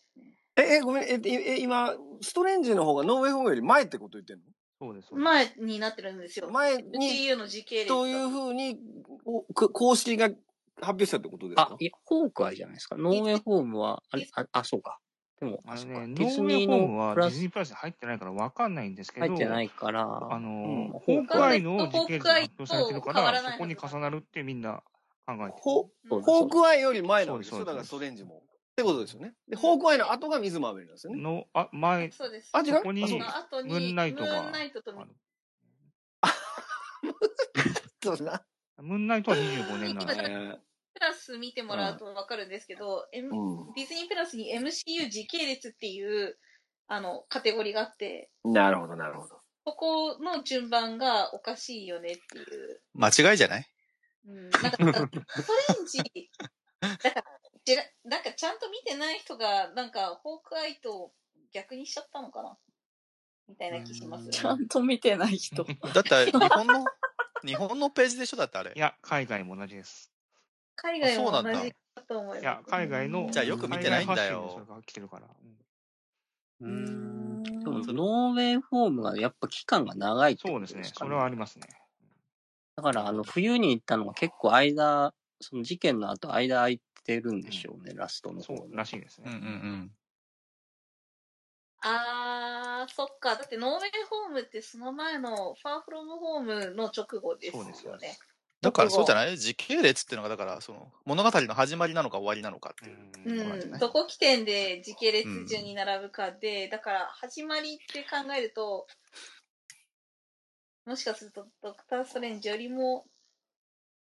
S2: え、え、ごめん、え、いえ、今、ストレンジの方がノーウェイホームより前ってこと言ってん
S7: そうです。そうです
S3: 前になってるんですよ
S2: の。前に、
S3: TU の時系列だと
S2: というふうに、おく公式が発表したってことです
S4: あ
S2: か、
S4: いや、ホークアイじゃないですか。ノーウェイホームは、あれ、あ、あそうか。でも、
S7: あ
S4: あ、
S7: の
S4: そうか。
S7: ね、
S4: ディ
S7: ノ
S4: ズ
S7: ーウェイ
S4: ニー
S7: ホーム
S4: の
S7: は
S4: プ
S7: ディ
S4: ラ
S7: ズニ
S4: ス
S7: ープラスに入ってないからわかんないんですけど、
S4: 入ってないから、
S7: あのー、
S2: うん
S7: ホークアイの
S3: ホークアイ
S7: 時系列が発表されてるか
S3: と変わ
S7: ら、
S3: ら
S7: そ
S3: ない
S7: こに重なるってみんな考えてる。
S2: ホ
S4: そうです
S2: ホークアイより前なんです
S7: そ
S2: よ。
S7: うです
S2: だからスト
S7: そうです
S2: レンジも。ってことですよね。で、ホークアイの後が水マーベルなんですよね。
S7: の、あ、前、
S3: そうです。
S2: あ、違う
S7: そこに
S2: あそう
S3: の後に
S7: ムーンナイトが
S3: ムーンナイトと
S7: ある
S2: そうだ
S7: ムーンナイトは25年な
S2: な。
S7: の
S3: だ
S7: で
S3: か。ら
S2: え
S3: プラス見てもらうとわかるんですけど、M-
S2: ーう
S3: ディズニープラスに MCU 時系列っていうあのカテゴリーがあって、
S2: ん。なるほど、なるほど。
S3: ここの順番がおかしいよねっていう。
S1: 間違いじゃない
S3: うん、なんか、ストレンジ、なんか、じらなんかちゃんと見てない人が、なんか、ホークアイと逆にしちゃったのかなみたいな気します。
S5: ちゃんと見てない 人。
S1: だって日本の、日本のページでしょだってあれ
S7: い。や、海外も同じです。
S3: 海外
S1: あそ
S3: も
S1: うな
S3: 同
S1: んだ
S3: じだと思い
S7: い
S3: ま
S7: や、海外の、
S1: じゃあよく見てないんだよ
S7: 海外発信でそれが来てるから。うん
S4: う
S5: うー
S4: ん。でも、
S5: ん。
S1: それ
S4: ノーウェイホームはやっぱ期間が長いって
S7: そ
S4: こ
S7: うで
S4: と
S7: す
S4: で
S7: ね
S4: す。か
S7: そ
S4: ね。
S7: れはありますね。
S4: だから、あの、冬に行ったのが結構間、その事件の後、間空いてるんでしょうね、ラストの方
S7: そう
S4: ね
S7: らしいです
S1: うん
S7: ね
S1: うん。うん。
S3: あー、そっか。だって、ノーウェイホームってその前のファーフロムホームの直後です
S7: そ
S3: よ
S7: うですそうで
S3: ね
S7: す。
S1: だからそうじゃ
S3: い
S1: ない時系列っていうのがだからその物語の始まりなのか終わりなのかっていう
S7: う
S1: とこなんじゃ
S3: う、
S1: なんい
S3: どこ起点で時系列順に並ぶかで、だから始まりって考えると、もしかするとドクター・ストレンジよりも、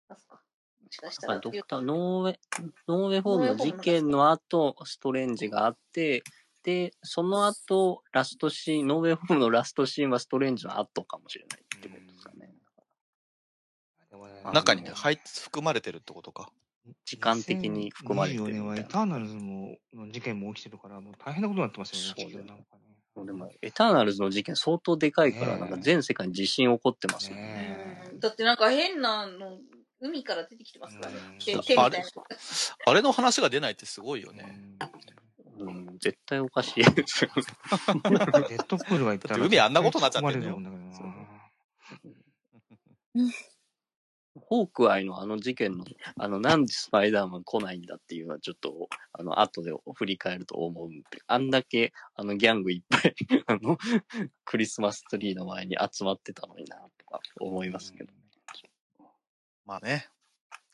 S3: あそっか、もしかし
S4: だ
S3: た、
S4: かららド
S3: よ
S4: クター、ノーウェイ、ノーウェイホームの事件の後、ストレンジがあって、で、その後、ラストシーン、ノーウェイホームのラストシーンはストレンジの後かもしれないってことですかね。
S7: でもね
S4: あの
S1: 中にね、
S7: あ
S1: 入っ含まれてるってことか。
S7: の
S4: 時間的に含まれてる
S7: 2024
S4: みたい
S7: 年
S4: な
S7: はエターナルズもの事件も起きてるから、もう大変なことになってますよね、
S4: そう
S7: 地
S4: だよ
S7: 球なんか
S4: もうで
S7: ね。
S4: も、エターナルズの事件相当でかいから、
S7: ねえ
S4: なんか全世界に地震起こってますよね。
S7: ね
S3: う
S7: え
S3: ん、だってなんか変なの、海から出てきてますからね。手
S7: うん
S3: 手みたいな。
S1: あれの話が出ないってすごいよ ね。
S4: うん、絶対おかしい ですよね。
S7: うんデッドプールが行った
S1: だ
S7: ら、
S1: って海あんなことになっちゃってんのよ
S7: 突っ込まれるんだけどな
S4: ホークアイのあの事件の、あの、なんでスパイダーマン来ないんだっていうのは、ちょっと、あの、後で振り返ると思うんで、あんだけ、あの、ギャングいっぱい、 あの、クリスマスツリーの前に集まってたのにな、とか思いますけど。
S1: まあね、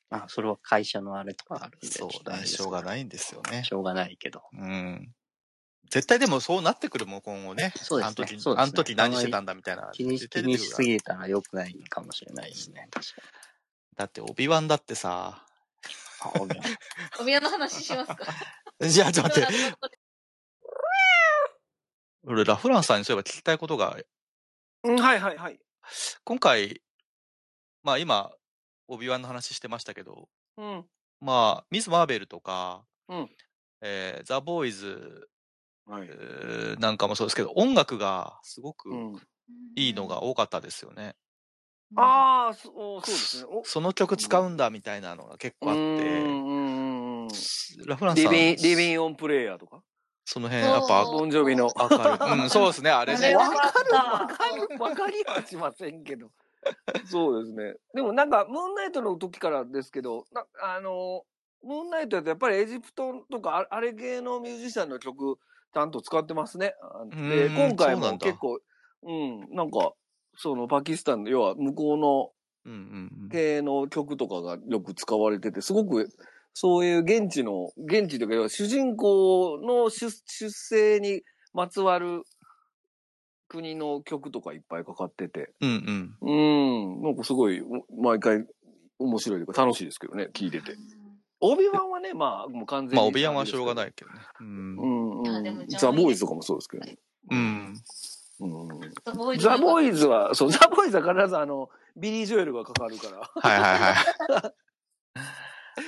S4: あ、それは会社のあれとかあるんで、ちょ
S1: そ
S4: っ
S1: う
S4: とあれ
S1: ね、
S4: で
S1: し
S4: す
S1: ょう
S4: け
S1: が
S4: ど、
S1: ないんですよね。
S4: しょうがないけど。
S1: うん。絶対でもそうなってくるもん、今後ね。
S4: そうで
S1: あの
S4: すね
S1: 時、
S4: そうですね
S1: あの時何してたんだみたいな。
S4: 気に
S1: 絶
S4: 気
S1: 対出て
S4: に
S1: く
S4: し
S1: る
S4: す
S1: から。
S4: ぎたら良くないかもしれないですね。確か
S1: だって、オビワンだってさ。
S4: に。あ、オビ ワン
S3: お宮の話しますか
S1: じゃあ、ちょっと待って。
S3: 今
S1: 俺、ラフランスさんにそういえば聞きたいことが、
S2: うん、はいはいはい。
S1: 今回、まあ今、オビワンの話してましたけど、
S2: うん。
S1: まあ、ミズ・マーベルとか、
S2: うん。
S1: えーザ・ボーイズ
S2: はい。
S1: えーなんかもそうですけど、音楽がすごく
S2: うん。
S1: いいのが多かったですよね。
S2: ああ、そおそうですね。お
S1: その曲使うんだみたいなのが結構あって、
S2: うんうんうんうん
S1: ラフランス
S2: リ
S1: さん、
S2: ビン、リビンオンプレイヤーとか
S1: その辺やっぱ
S3: そう
S2: ボンジョビの。
S1: 明るい。 うん、そうですね、あれね。
S2: わかる、
S6: わ
S2: わかる、わかりはしませんけど。 そうですね。でもなんか、ムーンナイトの時からですけど、なあの、ムーンナイトだとやっぱりエジプトとか、ああれ系のミュージシャンの曲、ちゃんと使ってますね。あで、
S1: うーん
S2: 今回
S1: そうな
S2: も
S1: んだ
S2: 結構、うん、なんか、そのパキスタンの、要は向こうの
S1: うんうんうん。
S2: 系の曲とかがよく使われてて、すごく、そういう現地の、現地というか、要は主人公の出出生にまつわる国の曲とかいっぱいかかってて、
S1: うんうん。
S2: うん、なんかすごい、お毎回面白いというか楽しいですけどね、聴いてて。オビワンはね、まあ、もう完全に。。
S1: まあ、オビアンはしょうがないいけどね。う。
S2: うんん、
S3: あ
S2: う
S3: でも
S2: ん。
S3: ジャム
S2: ザ・ボーイズとかもそうですけどね。
S1: うん。
S2: うんうん
S3: ザボーイズ
S2: ザ・ボーイズは、そう、ザ・ボーイズは必ずあの、ビリー・ジョエルがかかるから。
S1: はいはいはい。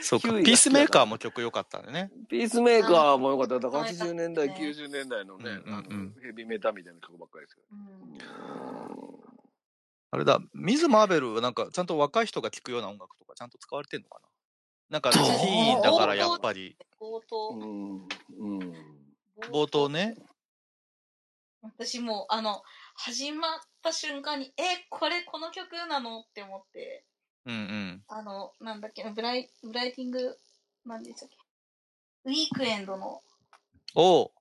S1: そう
S2: キ
S1: か
S2: ウイが好きだから
S1: ピースメーカーも曲良かったんでね。
S2: ピースメーカーも良かった。だから
S3: あー
S2: 80年代、
S3: ね
S2: 90年代の
S1: うんうん
S2: ね、
S1: うん
S2: あのヘビメタみたいな曲ばっかりですけ
S3: うん
S2: ど。
S1: あれだ、ミズ・マーベルはなんか、ちゃんと若い人が聴くような音楽とか、ちゃんと使われてんのかななんか、テ
S2: どう
S1: ィーンだからやっぱり。
S3: 冒頭、
S2: うん。うん。
S1: 冒頭ね。
S3: 私もうあの始まった瞬間に「えこれこの曲なの?」って思って
S1: うんうん。
S3: あのなんだっけブライブライティングなんでしたっけウィークエンドの
S1: おう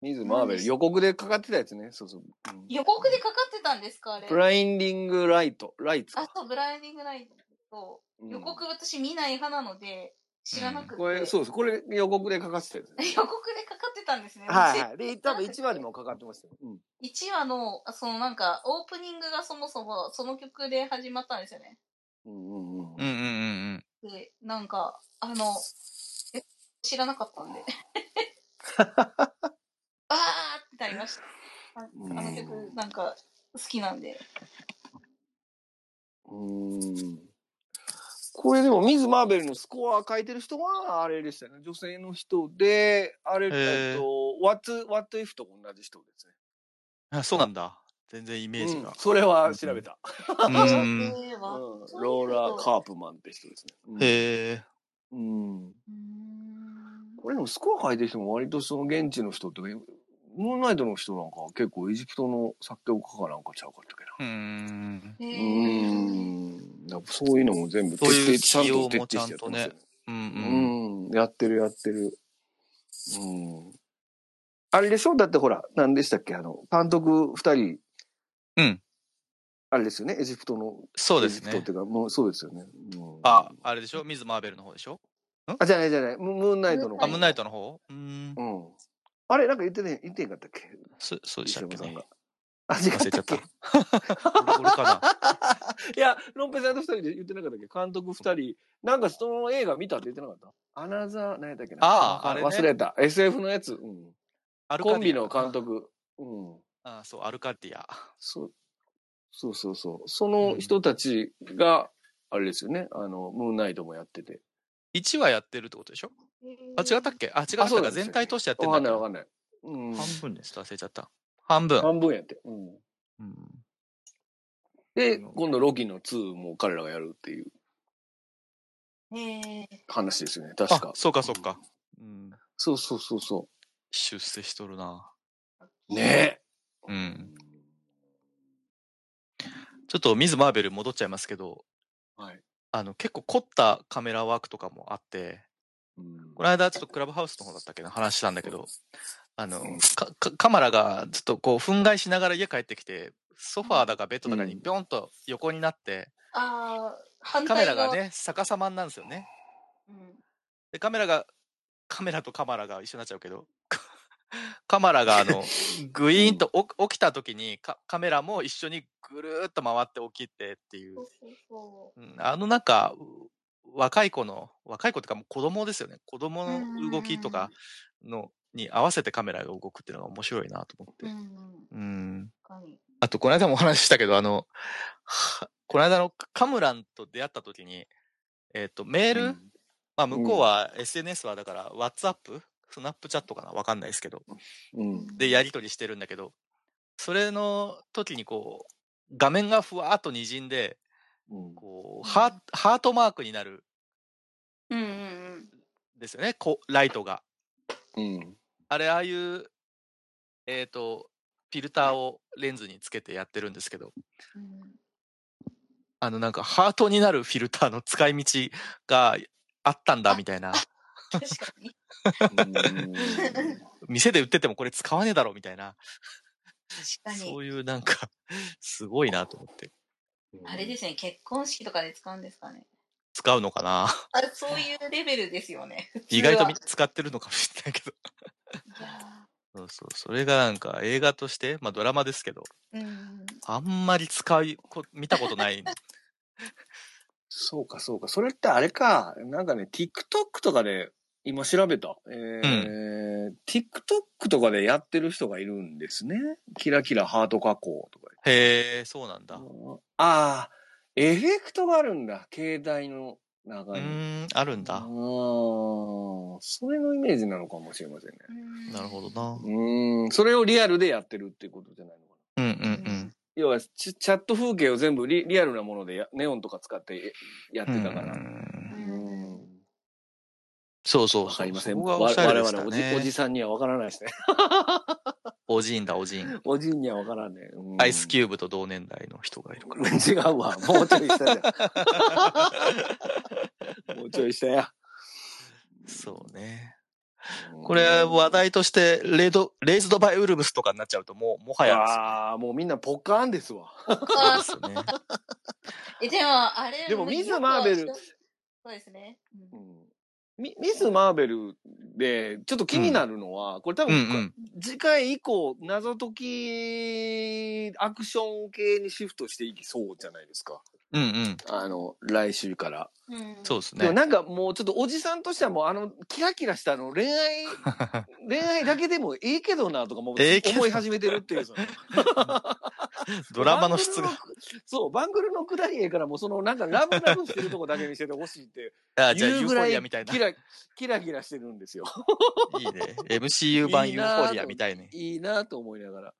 S2: ミズ・マーベル。予告でかかってたやつね。そうそう。うん
S3: 予告でかかってたんですかあれ
S2: ブラインディング・ライト。ライツ
S3: あ
S2: か。
S3: そうブライディングライト
S2: うん
S3: 予告私見ない派なので知らなくて、
S2: これ、そうです。これ予告でかかってたやつね。
S3: 予告でかかってたんですね、
S2: はいはい。で、多分1話にもかかってましたよ。うん。
S3: 1話のあそのなんかオープニングがそもそもその曲で始まったんですよね
S2: うんうんう
S1: うん
S2: ん。
S1: うんうん
S3: でなんかあのえ知らなかった んであーってなりましたあ
S2: うん
S3: あの曲なんか好きなんで
S2: うー んこれでも、ミズ・マーベルのスコア書いてる人は、あれでしたよね。女性の人で、あれ、
S1: へー
S2: えっと、What, What If と同じ人です
S1: うん。あそうなんだ。全然イメージ
S2: ね。うん
S1: が。
S2: それは調べた。
S1: う
S3: あ
S1: ーん。
S3: で
S2: うん
S3: は、
S2: ローラ・カープマンって人ですね。うん
S1: へえ。
S2: うん。
S3: うーん
S2: これでもスコア書いてる人も割とその現地の人って、ムーンナイトの人なんかは結構エジプトの作曲家かなんかちゃうかったっけな。
S1: うーん。
S3: え
S2: う
S3: ー、
S2: ん。やっぱそういうのも全部徹
S1: そういう
S2: 底、ちゃん
S1: 起
S2: と徹
S1: 用も
S2: 底
S1: ちゃ
S2: し
S1: ん
S2: てやって
S1: と
S2: ますよ
S1: ね
S2: ね。
S1: うんうん。
S2: うん、やってるやってる。うん。あれでしょだってほら、何でしたっけあの、監督二人、
S1: うん。
S2: あれですよねエジプトの。
S1: そうです
S2: エジ
S1: ね
S2: プトって。いうか、もうそうですよね。うん、
S1: あ、あれでしょミズ・マーベルの方でしょ
S2: あ、じゃないじゃない。ムムーンナイトの
S3: ム
S1: ア
S2: 方。
S1: ムーンナイトの方うーん。
S2: うん。あれなんか言ってね、言ってんかったっけ
S1: そそうでし
S2: 西
S1: たっけ
S2: 山さ
S1: ね
S2: んが。。あ、違
S1: 忘れちゃ
S2: っ
S1: った こ
S2: たっ
S1: れこれかな
S2: けいや、ロンペさんと二人で言ってなかったっけ監督二人。なんかその映画見たって言ってなかったアナザー、何やったっけな
S1: ああ
S2: わ
S1: あれね
S2: 忘れた。SF のやつ。うん。
S1: アルカディ
S2: コ
S1: ア
S2: ンビの監。督。うん。
S1: あそう、アルカディア。
S2: そそうそうそう。そうの
S1: ん
S2: 人たちが、あれですよね。あの、ムーンナイトもやってて。
S1: 1話やってるってことでしょあ、違ったっけあ、違っ
S2: あ
S1: た
S2: そうな
S1: か。
S2: んですよ
S1: 全体としてやってん
S2: わか
S1: だ
S2: ん
S1: っ
S2: な
S1: けな
S2: いわかんない。うん。
S7: 半分で
S1: ち
S7: す。
S1: ょっと忘れちゃった。半分。
S2: 半分やって。うん。
S1: うん
S2: で、今度ロキの2も彼らがやるっていう
S3: えー、
S2: 話ですよね。確
S1: あ
S2: か、。
S1: そうかそうか。うん。
S2: そうそうそうそ
S1: 出世しとるな。
S2: う。ね
S1: う
S2: え。
S1: ん。ちょっとミズ・マーベル戻っちゃいますけど、
S2: はい。
S1: あの、結構凝ったカメラワークとかもあって、
S2: うん
S1: この間ちょっとクラブハウスの方だったっけな話したんだけど、あの、かかカマラがちょっとこう、憤慨しながら家帰ってきて、ソファーだかベッドだかに
S2: うん
S1: ぴょんと横になって、
S3: あー反
S1: カ
S3: 対
S1: メ
S3: 側
S1: ラがね、逆さまになるんですよね。
S3: うん
S1: で、カメラが、カメラとカマラが一緒になっちゃうけど、 かカマラがあの、グイーンとお起きた時にカカメラも一緒にぐるーっと回って起きてっていう
S3: そう、そうそ
S1: うんあのなんか、う若い子の、若い子っていうかもう子供ですよね。子供
S3: うう
S1: の
S3: んうん
S1: 動きとかの、に合わせてカメラが動くっていうのが面白いなと思っ
S3: う
S1: て。
S3: ん
S1: うん。
S3: 確かに
S1: あと、この間もお話ししたけど、あの、はこの間のカムランと出会った時に、えっ、と、メール、
S2: うん
S1: まあ、向こうは SNS はだから、WhatsApp? スナップチャットかなわかんないですけど。
S2: うん。
S1: で、やり取りしてるんだけど、それの時にこう、画面がふわーっと滲んで、
S2: うん。
S1: こう、
S3: うん
S1: ハーハートマークになる
S3: うんうんうん
S1: んですよね、こうライトが。
S2: うん。
S1: あれ、ああいう、えっ、と、フィルターをレンズにつけてやってるんですけど、
S3: うん
S1: あの、なんか、ハートになるフィルターの使い道があったんだ、みたいな。
S3: 確かに
S1: 店で売っててもこれ使わねえだろ、みたいな。
S3: 確か
S1: そ
S3: に
S1: ういう、なんか、すごいなと思って。
S3: あれですね結婚式とかで使うんで すかね
S1: 使うのか な
S3: あそういうレベルですよね
S1: 意外と
S3: 普
S1: み使ってるのかもしれないけど。
S3: 通は
S1: そうそう。それがなんか、映画として、まあ、ドラマですけど、
S3: いやーうん
S1: あんまり使い、こ見たこと ない。
S2: そうか、そうか。それってあれか。なんかね、TikTok とかで、今調べた。えー TikTok とかでやってる人がいるんですね。キラキラハート加工とか。
S1: へえ、そうなんだ。う
S2: ああ、エフェクトがあるんだ。携帯の中
S1: ー
S2: に。
S1: ん、あるん
S2: あ
S1: だ。
S2: ーそれのイメージなのかもしれませんね。
S3: うん
S1: なるほどな。
S2: うーん、それをリアルでやってるっていうことじゃないのかな。
S1: うんうん
S2: 要はチ、チャット風景を全部リリアルなものでやネオンとか使ってやっ
S1: うん。
S2: てたから。
S1: うん
S2: うん
S1: そうそうそう。
S2: わかりません。
S1: そこ
S2: わ
S1: がおしゃれ
S2: 我
S1: でし
S2: 々
S1: た
S2: おじおじ
S1: ね。
S2: さんにはわからないですね。
S1: おじいんだ、おじいん。
S2: おじいにはわからんね。うん
S1: アイスキューブと同年代の人がいるから。
S2: 違うわ。もうちょい下じゃん。 もうちょい下や。
S1: そうね。これ、
S2: うん
S1: 話題として、レード、レイズドバイウルブスとかになっちゃうと、もう、もはやですよ
S2: ああ、もうみんなポッカーンですわ。
S1: そうですよね。
S3: え、でも、あれ、
S2: でもミス
S3: よく
S2: マーベル
S3: そうですね。うん
S2: ミミス・マーベルで、ちょっと気になるのは、これ多
S1: う
S2: 分、
S1: んうん。
S2: 次回以降、謎解き、アクション系にシフトしていきそうじゃないですか。
S1: うんうん。
S2: あの、来週から。
S3: うん
S1: そうです
S2: でも
S1: ね。
S2: なんかもうちょっとおじさんとしてはもうあの、キラキラしたあの、恋 愛、恋愛だけでもええけどなとかもう
S1: ええけど
S2: 思い始めてるっていう。その
S1: ドラマの質が。
S2: バングルのそう、バングルのくだりええからもうそのなんかラブラブしてるとこだけにしててほしいって
S1: あじゃあ、
S2: 言
S1: ユ
S2: う
S1: ー
S2: ぐ
S1: フォ
S2: らい
S1: リ
S2: キ
S1: アみたいな。い
S2: ラ、キラキラしてるんですよ。
S1: いね。MCU 版
S2: いい
S1: ユー
S2: なぁ
S1: フォリアみたいね。
S2: いいなと思いながら。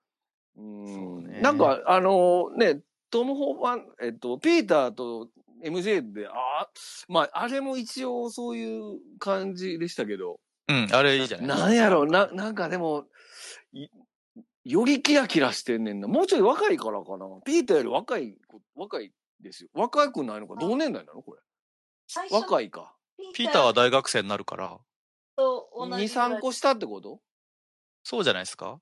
S2: うん
S1: そうね
S2: なんか、あのね、トム・ホーバン、えっと、ピーターと MJ で、ああ、まあ、あれも一応そういう感じでしたけど、
S1: うん、あれいいじゃない
S2: なんやろう、な、なんかでも、いよりキラキラしてんねんな。もうちょい若いからかな。ピーターより若い子、若いですよ。若くないのか。同年代なのこれ。
S3: 最初
S2: 若いか。
S1: ピーターは大学生になるから、
S3: と
S2: 2、
S3: 同じぐらい
S2: 3個下ってこと
S1: そうじゃないですか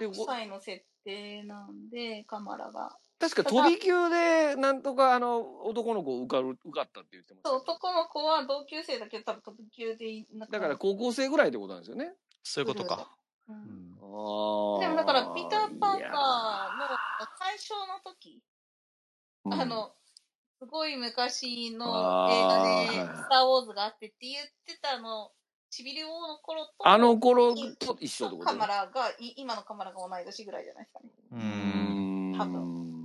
S3: 16歳の設定なんで、カマラが。
S2: 確か飛び級で、なんとか、あの、男の子受かる、受かったって言ってました
S3: そう
S2: よね。
S3: 男の子は同級生だけど、多分特級でいな
S2: だから高校生ぐらいってことなんですよね。
S1: そういうこと
S3: そう
S1: か。
S3: う
S1: うんん
S2: あ
S3: でもだから、ピーター・パンカーの最初の時、あの、すごい昔の映画
S2: あ
S3: で
S2: ーはい、
S3: スター・ウォーズがあってって言ってたあの、シビリ・ウォーの頃と、
S2: あの頃と一緒ってこと
S3: カマラが、い今のカマラが同い年ぐらいじゃないですかね。
S1: う
S2: うー
S1: ん。
S3: 多
S2: ん。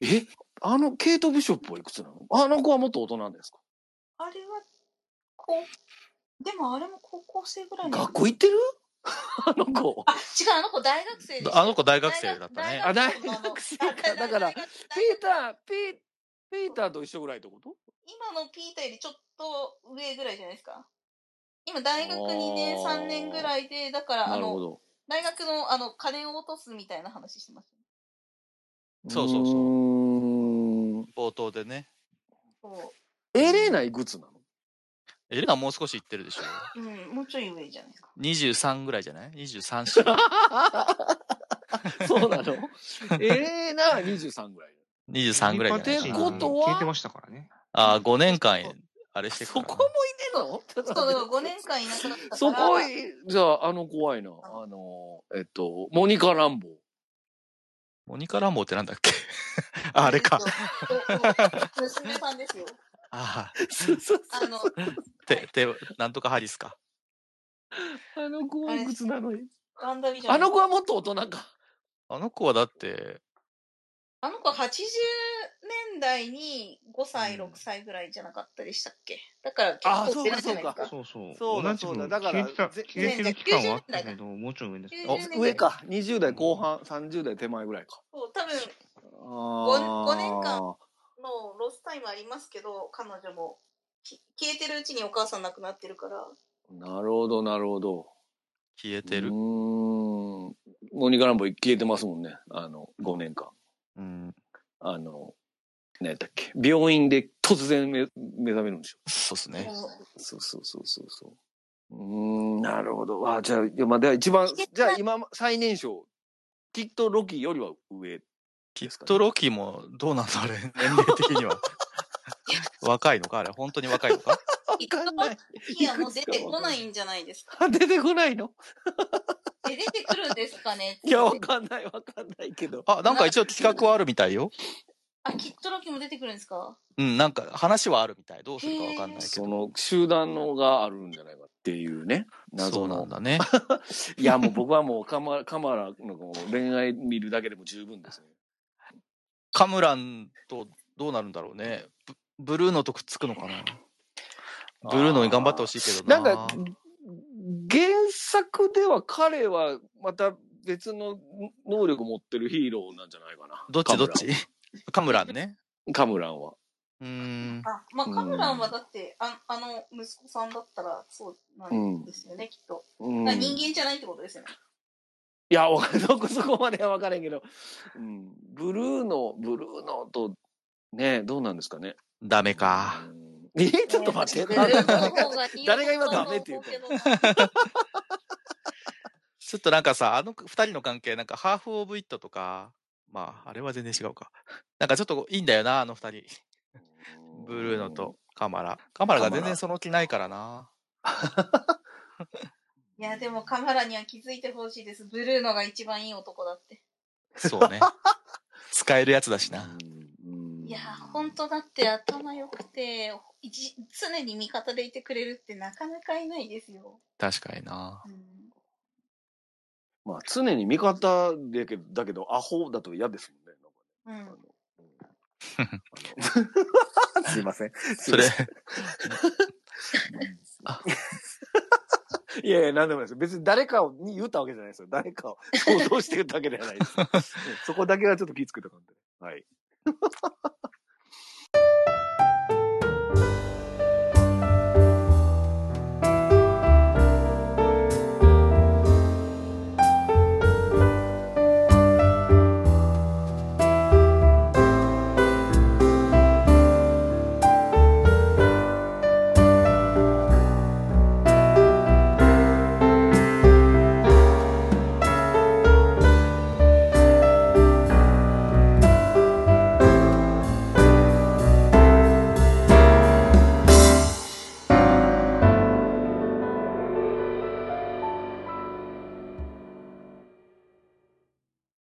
S2: えあの、ケイト・ビショップはいくつなのあの子はもっと大人なんですか
S3: あれは、こう、でもあれも高校生ぐらいの。
S2: 学校行ってる あの子。
S3: あ、違う、あの子大学生でした。
S1: あの子大学生だったね
S2: あ、大
S3: 学の
S2: 学生か。だから、
S3: 大
S2: ピー
S3: 学
S2: ター、ピー、ピーターと一緒ぐらいってこと
S3: 今のピーターよりちょっと上ぐらいじゃないですか。今、大学2年、
S2: あー
S3: 3年ぐらいで、だから、あ
S2: なるほ
S3: の、
S2: ど。
S3: 大学の、あの、金を落とすみたいな話してます。
S1: そうそうそうう
S2: ーん。
S1: 冒頭でね。
S3: そ
S2: エレーナいくつなの
S1: エレナもう少し行ってるでしょ。
S3: う。うん、もうちょい上じゃないですか。
S1: 23ぐらいじゃない ?23 歳。
S2: そうなの エレーナは23ぐらい。
S1: 23ぐらいじゃない
S2: て
S1: か
S2: こ
S1: な。
S2: とは
S7: 消えてましたからね。
S1: ああ、5年間、あれして
S2: そ
S1: から、
S2: こもいてんの
S3: そう、だから5年間いなくなったから。
S2: そこい、じゃあ、あの怖いな。あの、えっと、モニカ・ランボー。
S1: モニカ・ランボーってなんだっけ ああれか。
S3: お。お娘さんですよ。
S1: ああ、
S3: あの、
S1: て、て、なんとかハリスか。
S2: あの子はいくつなのに。
S3: ワンダービジョン。
S2: あの子はもっと大人か。
S1: あの子はだって、
S3: あの子80年代に5歳、
S1: うん
S3: 6歳ぐらいじゃなかったでしたっけだから結
S2: あー
S3: 構出ないじゃないですか。
S7: そうそう。
S2: そうだ
S7: 同じ
S2: そう
S7: く
S2: だだから
S7: 消えてた、
S2: ぜ
S7: 消えてる期間はあったけど、もうちょい上です。
S3: 90年
S2: 上か。20代後半、30代手前ぐらいか。
S3: そう多分
S2: あ
S3: 五年
S2: あ
S3: 間。のロスタイムありますけど、彼女もき消えてるうちにお母さん亡くなってるから。
S2: なるほど、なるほど。
S1: 消え
S2: う
S1: て
S2: ー
S1: る。
S2: ん。モニカ・ランボー消えてますもんね。あの、5年間。
S1: うん。
S2: あの、何やったっけ。病院で突然目目覚めるんでしょ。
S1: そうっすね。
S3: も
S2: そうそうそうそうそう。うーん、なるほど。あ、じゃあ、いやまあ、では一番、じゃあ今、最年少。きっとロキよりは上。
S1: きっ
S2: すかね
S1: とロキも、どうなんだあれ、 年齢的 には。若いのかあれ、本当に若いのか
S2: わ
S3: う
S2: かんない。
S3: いやもう出てこないんじゃないですか。
S2: あ出てこないの
S3: え出てくるんですかね
S2: いや、わかんない、わかんないけど。
S1: あ、なんか一応企画はあるみたいよ。
S3: あ、キットロキも出てくるんですか
S1: うん、なんか話はあるみたい。どうするかわかんないけ
S2: そ
S1: ど。
S2: の集団のがあるんじゃないかっていうね。
S1: そ
S2: 謎
S1: うな
S2: の
S1: ん。だね。
S2: いや、もう僕はもうカマカマラのこう恋愛見るだけでも十分ですね。
S1: カムランとどうなるんだろうね。ブブルーノとくっつくのかな。ブルーノに頑張ってほしいけど
S2: な
S1: な。
S2: んか、原作では彼はまた別の能力持ってるヒーローなんじゃないかな。
S1: どっちどっちカムランね。
S2: カムランは。
S1: うーん。
S3: あ、まあ、
S2: うん
S3: カムランはだって、ああの、息子さんだったら、そうなんですよね、きっと。
S2: うん
S3: だから人間じゃないってことですよね。
S2: いや、わかんそこ、そこまでは分からんけど、うん、ブルーの、ブルーのと、ね、どうなんですかね。
S1: ダメか。
S2: うんえ、ちょっと待って、
S3: ブル
S2: 誰
S3: ー
S2: が
S3: の方がいい
S2: 誰が今
S3: 男だ
S2: ダメって言う
S3: と
S2: た
S3: 思うけどな
S1: ちょっとなんかさ、あの二人の関係、なんかハーフ・オブ・イットとか、まあ、あれは全然違うか。 なんかちょっといいんだよな、あの二人。ブルーノとカマラ。カマラが全然その気ないからな。
S3: いや、でもカムラには気づいてほしいです。ブルーのが一番いい男だって。
S1: そうね。使えるやつだしな。
S2: うん。
S3: いや、本当だって頭良くて、いじ常に味方でいてくれるってなかなかいないですよ。
S1: 確かにな。
S3: うん
S2: まあ、常に味方だけど、だけど、アホだと嫌ですもんね。
S3: うん
S2: なんかすいません。
S1: それ、
S2: いやいや、なんでもないです。別に誰かに言ったわけじゃないですよ。誰かを想像して言ったわけではないです。うんそこだけはちょっと気ぃつけとかんで。はい。